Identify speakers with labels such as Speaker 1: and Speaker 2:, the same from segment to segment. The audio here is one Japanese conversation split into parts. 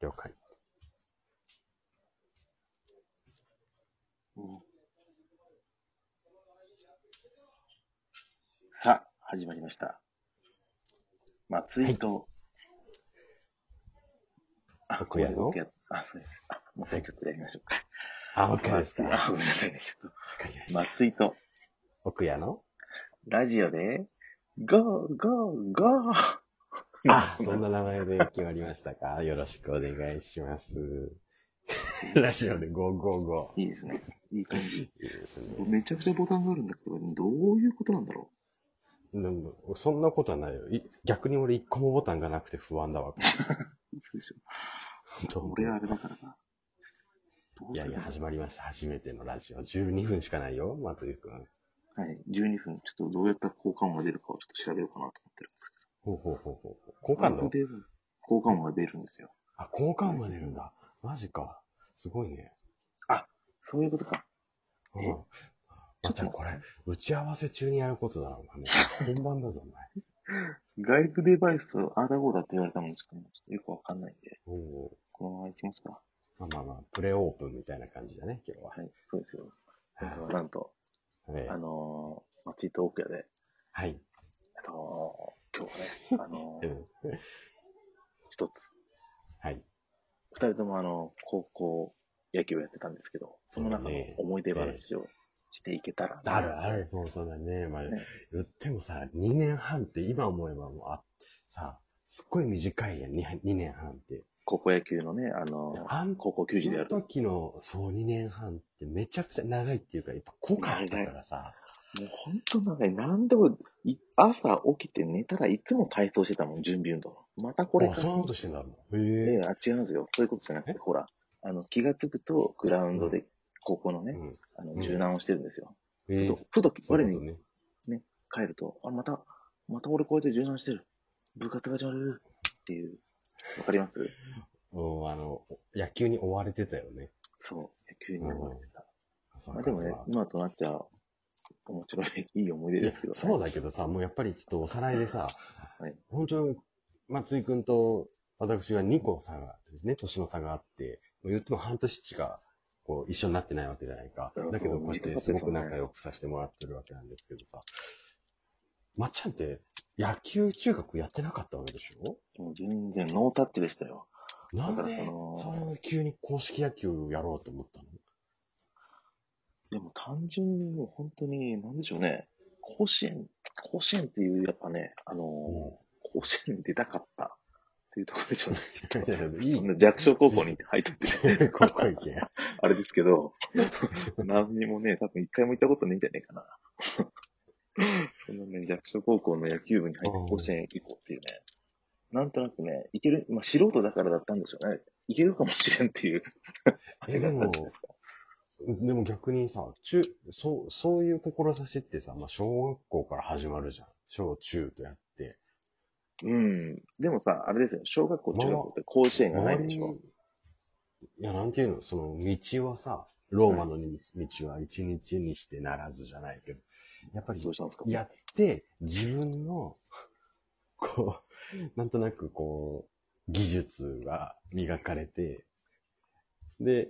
Speaker 1: 了解。
Speaker 2: うんさあ、始まりました。松井と、あ、
Speaker 1: 僕やろ
Speaker 2: 僕やあ、そうです。あ、もう一回ちょっとやりましょうか。
Speaker 1: あ、わかりました。
Speaker 2: 松井
Speaker 1: わ
Speaker 2: あ、ごめんなさいね。ちょっ
Speaker 1: かりま
Speaker 2: と。
Speaker 1: した。
Speaker 2: 松井と、
Speaker 1: 奥屋の
Speaker 2: ラジオで、ゴー、ゴー、ゴー。
Speaker 1: あ、そんな名前で決まりましたかよろしくお願いします。 ラジオで555。
Speaker 2: いいですね。いい感じ。
Speaker 1: いいですね。
Speaker 2: めちゃくちゃボタンがあるんだけど、どういうことなんだろ
Speaker 1: なんかそんなことはないよ。い逆に俺一個もボタンがなくて不安だわ。
Speaker 2: うそうでしょ。
Speaker 1: 本当
Speaker 2: 俺はあれだからな。どう
Speaker 1: い
Speaker 2: す
Speaker 1: や
Speaker 2: る
Speaker 1: いや、始まりました。初めてのラジオ。12分しかないよ、松井くん。
Speaker 2: はい、12分、ちょっとどうやったら効果音が出るかをちょっと調べようかなと思ってるんですけ
Speaker 1: ほうほうほうほう。
Speaker 2: ど。
Speaker 1: 好感度
Speaker 2: で効果音が出るんですよ。
Speaker 1: あ、好感まで出るんだ。マジか。すごいね。
Speaker 2: そういうことか。
Speaker 1: うん
Speaker 2: え
Speaker 1: またこれ、打ち合わせ中にやることだな、お前ね。本番だぞ、
Speaker 2: 外部デバイスとアーダゴーだって言われたもん、ちょっとちょっとよくわかんないんで、
Speaker 1: お前。おお。
Speaker 2: このままいきますか。
Speaker 1: まあまあまあ、プレオープンみたいな感じだね、今日は
Speaker 2: はい、そうですよ。今回は
Speaker 1: は
Speaker 2: なんと、
Speaker 1: い。
Speaker 2: あ
Speaker 1: はい
Speaker 2: のー、まあ、ツイートオークやで、
Speaker 1: はい。
Speaker 2: あのー、今日 はね、あの
Speaker 1: う
Speaker 2: ー、
Speaker 1: ん
Speaker 2: 一つ、
Speaker 1: はい。
Speaker 2: 二人ともあの、高校野球をやってたんですけど、その中の思い出話をしていけたらな。
Speaker 1: あるある。もうそんなね、まあ、
Speaker 2: ね
Speaker 1: 言ってもさ、2年半って今思えばもう、あ、さ、すっごい短いやん、2, 年半って。
Speaker 2: 高校野球のね、あのー、
Speaker 1: あん
Speaker 2: 高校球児でやる
Speaker 1: その時の、そう、2年半ってめちゃくちゃ長いっていうか、やっぱ濃かったからさ、
Speaker 2: もう本当なんか、なんでも、い朝起きて寝たらいつも体操してたもん、準備運動の。またこれ
Speaker 1: あ、
Speaker 2: か。
Speaker 1: そんなことしてんだろう。へ
Speaker 2: え
Speaker 1: え
Speaker 2: え。あ、違うんですよ。そういうことじゃなく
Speaker 1: え
Speaker 2: て、ほら、あの、気がつくと、グラウンドで、高校のね、
Speaker 1: うん
Speaker 2: あ
Speaker 1: うん
Speaker 2: の、柔軟をしてるんですよ。
Speaker 1: へえ
Speaker 2: ふと、ふと、
Speaker 1: そう
Speaker 2: 我
Speaker 1: いうこと
Speaker 2: に
Speaker 1: ね。
Speaker 2: 帰ると、あ、また、また俺こうやって柔軟してる。部活が始まる。っていう。わかります
Speaker 1: もう、あの、野球に追われてたよね。
Speaker 2: そう。野球に思われてた。
Speaker 1: そう
Speaker 2: まあでもね
Speaker 1: ま、あ
Speaker 2: 今となっちゃ、面白い、いい思い出
Speaker 1: いや
Speaker 2: ですけど、ね。
Speaker 1: そうだけどさ、もうやっぱりちょっとおさらいでさ、
Speaker 2: はい
Speaker 1: 本当に松井くんと私は2個差が、ね、年の差があって、もう言っても半年しかこう一緒になってないわけじゃないか
Speaker 2: うん。
Speaker 1: だけど、
Speaker 2: そう
Speaker 1: こうやってすごく仲良くさせてもらってるわけなんですけどさ、まっちゃんって野球中学やってなかったわけでしょ
Speaker 2: もう全然ノータッチでしたよ。
Speaker 1: なん
Speaker 2: だか
Speaker 1: で
Speaker 2: ら
Speaker 1: そ
Speaker 2: そ
Speaker 1: れ
Speaker 2: の
Speaker 1: を急に公式野球やろうと思ったの
Speaker 2: でも単純にもう本当に、なんでしょうね。甲子園、甲子園っていう、やっぱね、あのー甲子園に出たかったっていうところでしょうね。
Speaker 1: いい
Speaker 2: そん な弱小高校に入ったって、
Speaker 1: 高校行け。
Speaker 2: あれですけど、 何にもね、多分一回も行ったことないんじゃないか な。そんなね、弱小高校の野球部に入って甲子園行こうっていうね。なんとなくね、いける、まあ素人だからだったんでしょうね。いけるかもしれんっていう。あ
Speaker 1: え、
Speaker 2: れだ
Speaker 1: で
Speaker 2: ったん
Speaker 1: も
Speaker 2: じゃないですか。、
Speaker 1: でも逆にさ、中、そう、そういう志ってさ、まあ、小学校から始まるじゃん。小中とやって。
Speaker 2: うん。でもさ、あれですよ。小学校、中学校って甲子園がないでしょ
Speaker 1: 周。りにいや、なんていうの、その、道はさ、ローマのに道は一日にしてならずじゃないけど、やっぱり
Speaker 2: どう、したんですか
Speaker 1: やって、自分の、 こう、なんとなくこう、技術が磨かれて、で、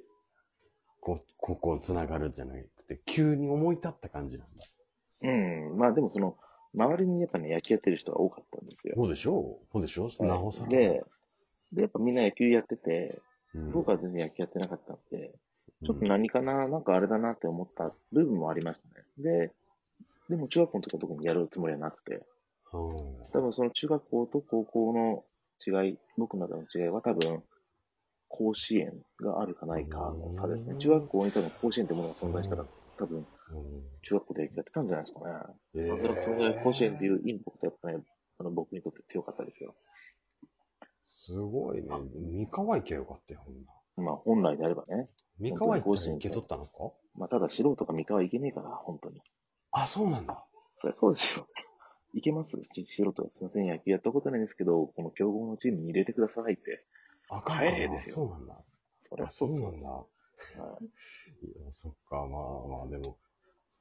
Speaker 1: こう、ここを繋がるんじゃなくて、急に思い立った感じなんだ。
Speaker 2: うん。まあでもその、周りにやっぱね、野球やってる人が多かったんですよ。
Speaker 1: そうでしょうそうでしょうなおさら。
Speaker 2: で、で、やっぱみんな野球やってて、
Speaker 1: うん、
Speaker 2: 僕は全然野球やってなかったんで、ちょっと何かな、なんかあれだなって思った部分もありましたね。で、でも中学校の時は特にやるつもりはなくて、
Speaker 1: うん、
Speaker 2: 多分その中学校と高校の違い、僕の中の違いは多分、甲子園があるかないかの差です
Speaker 1: う
Speaker 2: ね。
Speaker 1: ん
Speaker 2: 中学校に多分甲子園ってものが存在したら、多分、
Speaker 1: うん。
Speaker 2: 中学校で野球やってたんじゃないですかね。
Speaker 1: え
Speaker 2: まあ、それはそのぐらい甲子園って
Speaker 1: う。
Speaker 2: いうインパクトやっぱね、あの僕にとって強かったですよ。
Speaker 1: すごいね。三河行けばよかったよ、ほんな。
Speaker 2: まあ本来であればね。
Speaker 1: 三河行ったら行けとったのか
Speaker 2: まあただ素人が三河いけねえから、本当に。
Speaker 1: あ、そうなんだ。
Speaker 2: そりゃそうですよ。いけますし素人はすいません、野球やったことないですけど、この強豪のチームに入れてくださいって。
Speaker 1: あかんか
Speaker 2: 帰れですよ
Speaker 1: そうなんだ。
Speaker 2: そりゃ
Speaker 1: あ
Speaker 2: そ
Speaker 1: そうう
Speaker 2: で
Speaker 1: な
Speaker 2: すよ。
Speaker 1: んだ。
Speaker 2: はい
Speaker 1: いやそっか、まあまあ、でも、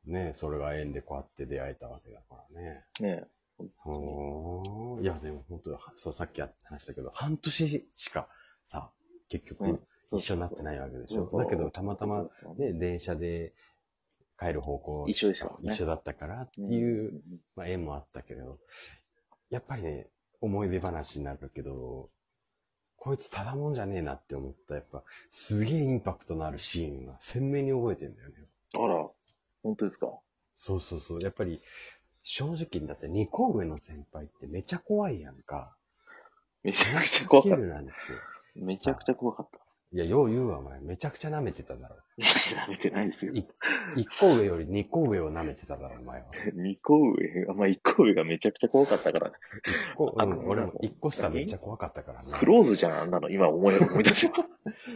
Speaker 1: ねそれが縁でこうやって出会えたわけだからね。
Speaker 2: ねえ
Speaker 1: ほーいや、でも本当は、そう、さっき話したけど、半年しかさ、結局、
Speaker 2: うん
Speaker 1: 一緒になってないわけでしょ。だけど、たまたま、ね、電車で帰る方向
Speaker 2: 一緒でしたもんね
Speaker 1: 一緒だったからって
Speaker 2: て
Speaker 1: いう、まあ、縁もあったけど、やっぱりね、思い出話になるけど、こいつただもんじゃねえなって思った、やっぱ、すげえインパクトのあるシーンが鮮明に覚えてんだよね。
Speaker 2: あら、本当ですか
Speaker 1: そうそうそう。やっぱり、正直にだって2個上の先輩ってめちゃ怖いやんか。
Speaker 2: めちゃくちゃ怖
Speaker 1: 切
Speaker 2: かった。
Speaker 1: るなんて。
Speaker 2: めちゃくちゃ怖かった。
Speaker 1: いや、よう言うわ、お前。めちゃくちゃ舐めてただろ。
Speaker 2: 舐めてないですよ。
Speaker 1: い1個上より2個上を舐めてただろ、お前は。
Speaker 2: 二個上が、まあ一個上がめちゃくちゃ怖かったから。
Speaker 1: 一個う
Speaker 2: あ
Speaker 1: ん、
Speaker 2: の
Speaker 1: 俺も1個下めっちゃ怖かったからね。
Speaker 2: クローズじゃん、あんなの。今思い思い 出した。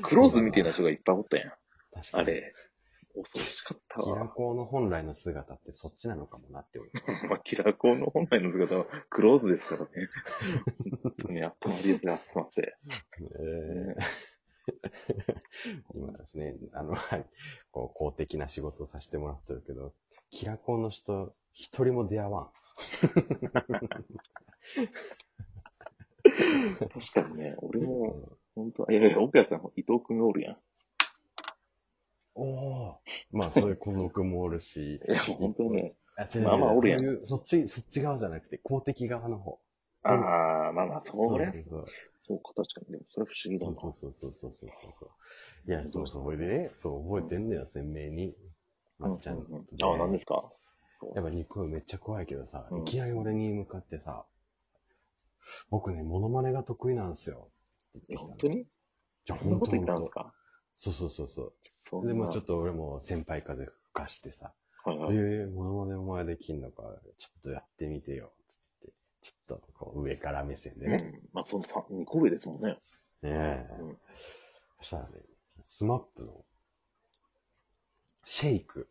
Speaker 2: クローズみたいな人がいっぱいおったやん。
Speaker 1: 確かに
Speaker 2: あ。れ。恐ろしかった
Speaker 1: キラ
Speaker 2: わ。
Speaker 1: コの本来の姿ってそっちなのかもなって思う。
Speaker 2: まあ、キラコの本来の姿はクローズですからね。本当に頭のリズが集まって。
Speaker 1: えー今ですね、あの、はい、こう公的な仕事をさせてもらってるけど、キラコンの人、一人も出会わん。
Speaker 2: 確かにね、俺も、本当いやいや、奥谷さん、伊藤君がおるやん。
Speaker 1: おおーまあ、そういう孤独もおるし。
Speaker 2: いや、もう本当にね。
Speaker 1: あ、
Speaker 2: まあまあおるやん
Speaker 1: そういうそっち、そっち側じゃなくて、公的側の方。
Speaker 2: ああ、まあまあ、それ。
Speaker 1: そう
Speaker 2: そうか、確かに。でも、それ不思議だ
Speaker 1: そう
Speaker 2: な。
Speaker 1: そうそうそうそうそうそうそう。いや、そうそう、それでね、そう、覚えてんのよ、鮮明に。まっちゃん
Speaker 2: う
Speaker 1: と
Speaker 2: ん
Speaker 1: ね。
Speaker 2: うんあ、何ですかそう
Speaker 1: やっぱ肉めっちゃ怖いけどさ、
Speaker 2: うん
Speaker 1: いきなり俺に向かってさ、僕ね、モノマネが得意なんですよ。
Speaker 2: え本当
Speaker 1: に
Speaker 2: に
Speaker 1: じゃ、
Speaker 2: そんな
Speaker 1: 本
Speaker 2: こと
Speaker 1: 当
Speaker 2: 言ったんですか
Speaker 1: そうそうそうそ
Speaker 2: そん
Speaker 1: う。
Speaker 2: な
Speaker 1: で、まあちょっと俺も先輩風吹かしてさ、
Speaker 2: はい
Speaker 1: え
Speaker 2: はい。
Speaker 1: ー、モノマネお前できんのか、ちょっとやってみてよ、つって。ちょっと、こう、上から目線で
Speaker 2: う
Speaker 1: ね。
Speaker 2: ん。まあ、その三2個上ですもんね。
Speaker 1: ねえ。
Speaker 2: うん
Speaker 1: そしたらね、スマップの、シェイク、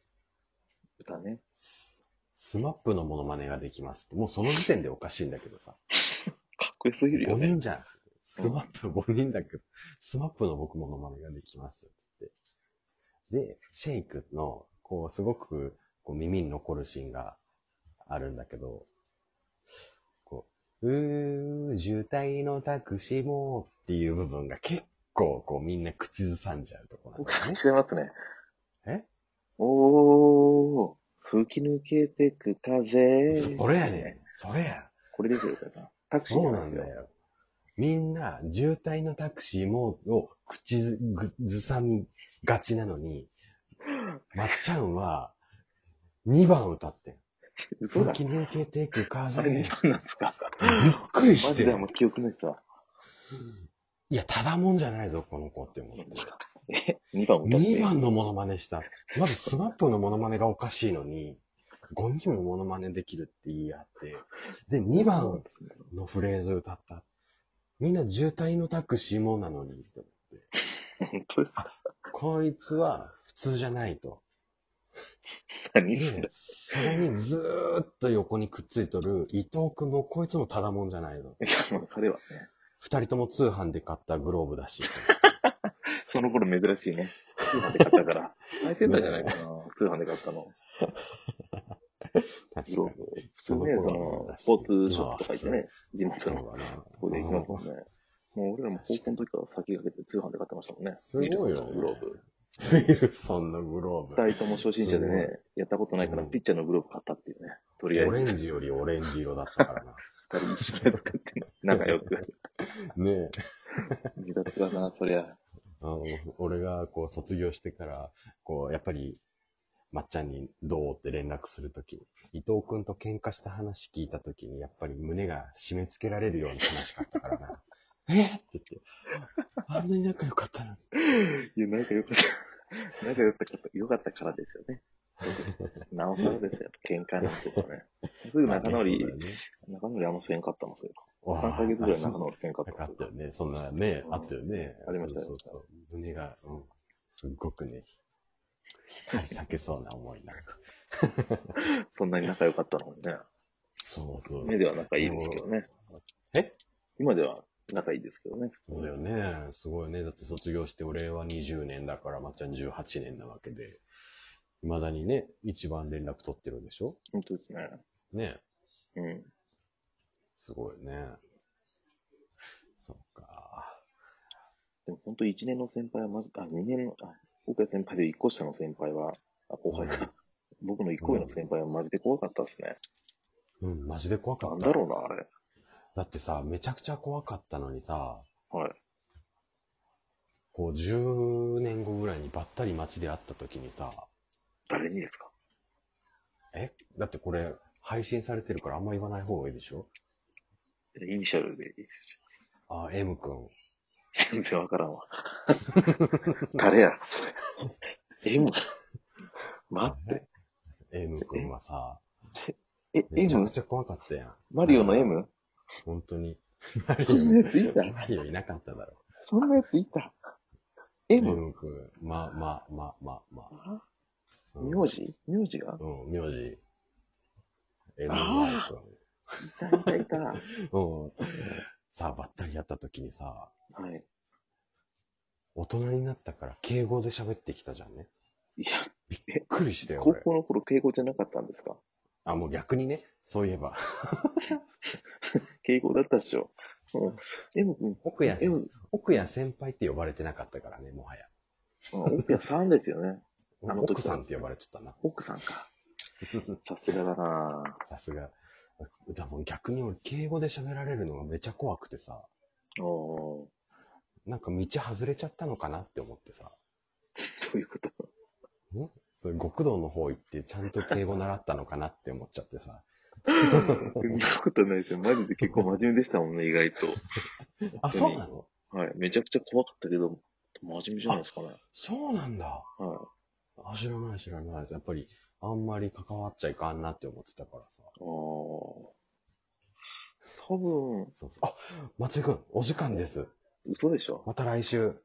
Speaker 2: 歌ね。
Speaker 1: ススマップのモノマネができますって。もうその時点でおかしいんだけどさ。
Speaker 2: かっこよすぎる
Speaker 1: 5
Speaker 2: よね
Speaker 1: 人。じゃん。スマップ5人だけど、スマップの僕ものまねができます。つって。で、シェイクの、こう、すごく、こう、耳に残るシーンがあるんだけど、こう、うー、渋滞のタクシーも、っていう部分が結構、こう、みんな口ずさんじゃうとこなんだ よね。
Speaker 2: 違いますね。
Speaker 1: え
Speaker 2: おー、吹き抜けてく風。
Speaker 1: そそれやねん。それや。
Speaker 2: これですよ、これなタクシー
Speaker 1: そう
Speaker 2: な
Speaker 1: なんん
Speaker 2: ですよ
Speaker 1: だ。よ。みんな、渋滞のタクシーも、を口ずぐずさみがちなの に、まっちゃんは、2番歌ってん。
Speaker 2: 嘘だ。
Speaker 1: 吹き抜けてく
Speaker 2: あ
Speaker 1: 風。
Speaker 2: れ
Speaker 1: びっ
Speaker 2: 2番なんですか
Speaker 1: くり
Speaker 2: マ
Speaker 1: し
Speaker 2: ジ
Speaker 1: て
Speaker 2: でも
Speaker 1: る
Speaker 2: う。記憶ないっすわ。
Speaker 1: いや、ただもんじゃないぞ、この子って思って。
Speaker 2: え、2番歌って。
Speaker 1: 2番のモノマネした。まず、スマップのモノマネがおかしいのに、5人もモノマネできるって言い合って、で、2番のフレーズ歌った。みんな渋滞のタクシーもなのに、って思って。
Speaker 2: 本当ですか
Speaker 1: こいつは普通じゃないと。
Speaker 2: 何そ
Speaker 1: で
Speaker 2: れ、
Speaker 1: それにずーっと横にくっついとる伊藤くんもこいつもただもんじゃないぞ。
Speaker 2: いや、まあ、彼はね、
Speaker 1: 二人とも通販で買ったグローブだし。
Speaker 2: その頃珍しいね。通販で買 ったから。あいつやったんじゃないかな、通販で買ったの。
Speaker 1: 確か
Speaker 2: そう
Speaker 1: に。。
Speaker 2: 普通ね、その、スポーツショップとか行ってね、地元
Speaker 1: そう
Speaker 2: の
Speaker 1: だな。
Speaker 2: ここで行きますもんね。もう俺らも高校の時から先駆けて通販で買ってましたもんね。
Speaker 1: すごいよね
Speaker 2: ウィルソンのグローブ。
Speaker 1: ウィ ルソンのグローブ。
Speaker 2: 二人とも初心者でね、やったことないから、
Speaker 1: うん
Speaker 2: ピッチャーのグローブ買ったっていうね。とりあえ
Speaker 1: オレ
Speaker 2: ず、
Speaker 1: ンジよりオレンジ色だったからな。
Speaker 2: 二人一緒に使って ね、仲良く。
Speaker 1: ねえ。
Speaker 2: 目立つわな、そりゃ。
Speaker 1: あの俺がこう卒業してから、こう、やっぱり、まっちゃんにどうって連絡するとき、伊藤くんと喧嘩した話聞いたときに、やっぱり胸が締め付けられるように悲しかったからな。 えって言って、あんなに仲良かったのに。
Speaker 2: いや、仲良かった。仲良かった、良かったからですよね。 なおさらですよ。喧嘩なんてことね。すぐ仲直り
Speaker 1: ま、あね
Speaker 2: 仲直りあんませんかったもん、それか。
Speaker 1: そうだよね
Speaker 2: 3ヶ月ぐらい仲直りせんかっ
Speaker 1: な
Speaker 2: た
Speaker 1: ん
Speaker 2: もん
Speaker 1: か あっ
Speaker 2: そう
Speaker 1: た
Speaker 2: か
Speaker 1: よね。そんなね、
Speaker 2: うん
Speaker 1: あったよね。
Speaker 2: ありました
Speaker 1: そうそうそう。胸が、うん、すっごくね、避けそうな思いになる。
Speaker 2: そんなに仲良かったのにね。
Speaker 1: そうそう。
Speaker 2: 今では仲いいですけどね。
Speaker 1: え
Speaker 2: 今では仲いいですけどね、普通
Speaker 1: そうだよね。すごいね。だって卒業して俺は20年だから、まっちゃん18年なわけで、未だにね、一番連絡取ってるんでしょ
Speaker 2: 本当ですね。
Speaker 1: ね。
Speaker 2: うん。
Speaker 1: すごいね。そっか。
Speaker 2: でも本当1年の先輩はまず、あ、2年、あ、僕は先輩で1個下の先輩は、あ、後輩か。僕の1個上の先輩はマジで怖かったっすね。
Speaker 1: うん、マジで怖か
Speaker 2: なん
Speaker 1: った。
Speaker 2: だろうな、あれ。
Speaker 1: だってさ、めちゃくちゃ怖かったのにさ、
Speaker 2: はい。
Speaker 1: こう10年後ぐらいにばったり街で会った時にさ、
Speaker 2: 誰にですか
Speaker 1: えだってこれ配信されてるからあんま言わない方がいいでしょ
Speaker 2: えイニシャルでいいです
Speaker 1: あ、M 君。
Speaker 2: 全然わからんわ。 誰や ?M? 待って。
Speaker 1: M 君はさ、
Speaker 2: え、
Speaker 1: めちゃ
Speaker 2: M?
Speaker 1: くちゃ怖かったやん。
Speaker 2: マリオの M?
Speaker 1: 本当に。マリ
Speaker 2: そんなやつい
Speaker 1: オ、
Speaker 2: た
Speaker 1: マリオいなかっただろ。
Speaker 2: そんなやついた ?M?
Speaker 1: M 君、ま、ま、ま、ま、ま。うん
Speaker 2: 名字名字が
Speaker 1: うん、名字。M
Speaker 2: あいたいたい た。は
Speaker 1: 君。うん。さあ、ばったり会った時にさ、
Speaker 2: い。
Speaker 1: 大人になったから敬語で喋ってきたじゃんね。
Speaker 2: いや、
Speaker 1: びっくりしたよ、
Speaker 2: 高
Speaker 1: 俺。
Speaker 2: 校の頃敬語じゃなかったんですか
Speaker 1: あ、もう逆にね、そういえば。
Speaker 2: 敬語だったっしょ。うん。M 君、
Speaker 1: 奥谷
Speaker 2: M、
Speaker 1: 奥谷先輩って呼ばれてなかったからね、もはや。
Speaker 2: うん奥屋さんですよね。あの時
Speaker 1: 奥さんって呼ばれてたな。
Speaker 2: 奥さんか。さすがだな
Speaker 1: さすが。じゃあもう逆に俺、敬語で喋られるのがめちゃ怖くてさ、
Speaker 2: ぁ。お
Speaker 1: なんか道外れちゃったのかなって思ってさ、
Speaker 2: ーどういう こと
Speaker 1: それ極道の方行ってちゃんと敬語習ったのかなって思っちゃってさ、
Speaker 2: そんなことないですよ。マジで結構真面目でしたもんね、意外と。
Speaker 1: あ、そうなの
Speaker 2: はい。めちゃくちゃ怖かったけど、真面目じゃないですかね。
Speaker 1: そうなんだ。
Speaker 2: は
Speaker 1: あ、知らない知らないです。やっぱり、あんまり関わっちゃいかんなって思ってたからさ。
Speaker 2: い。ああ。多分、
Speaker 1: そうそう。あ、松井くん、お時間です。
Speaker 2: 嘘でしょ
Speaker 1: また来週。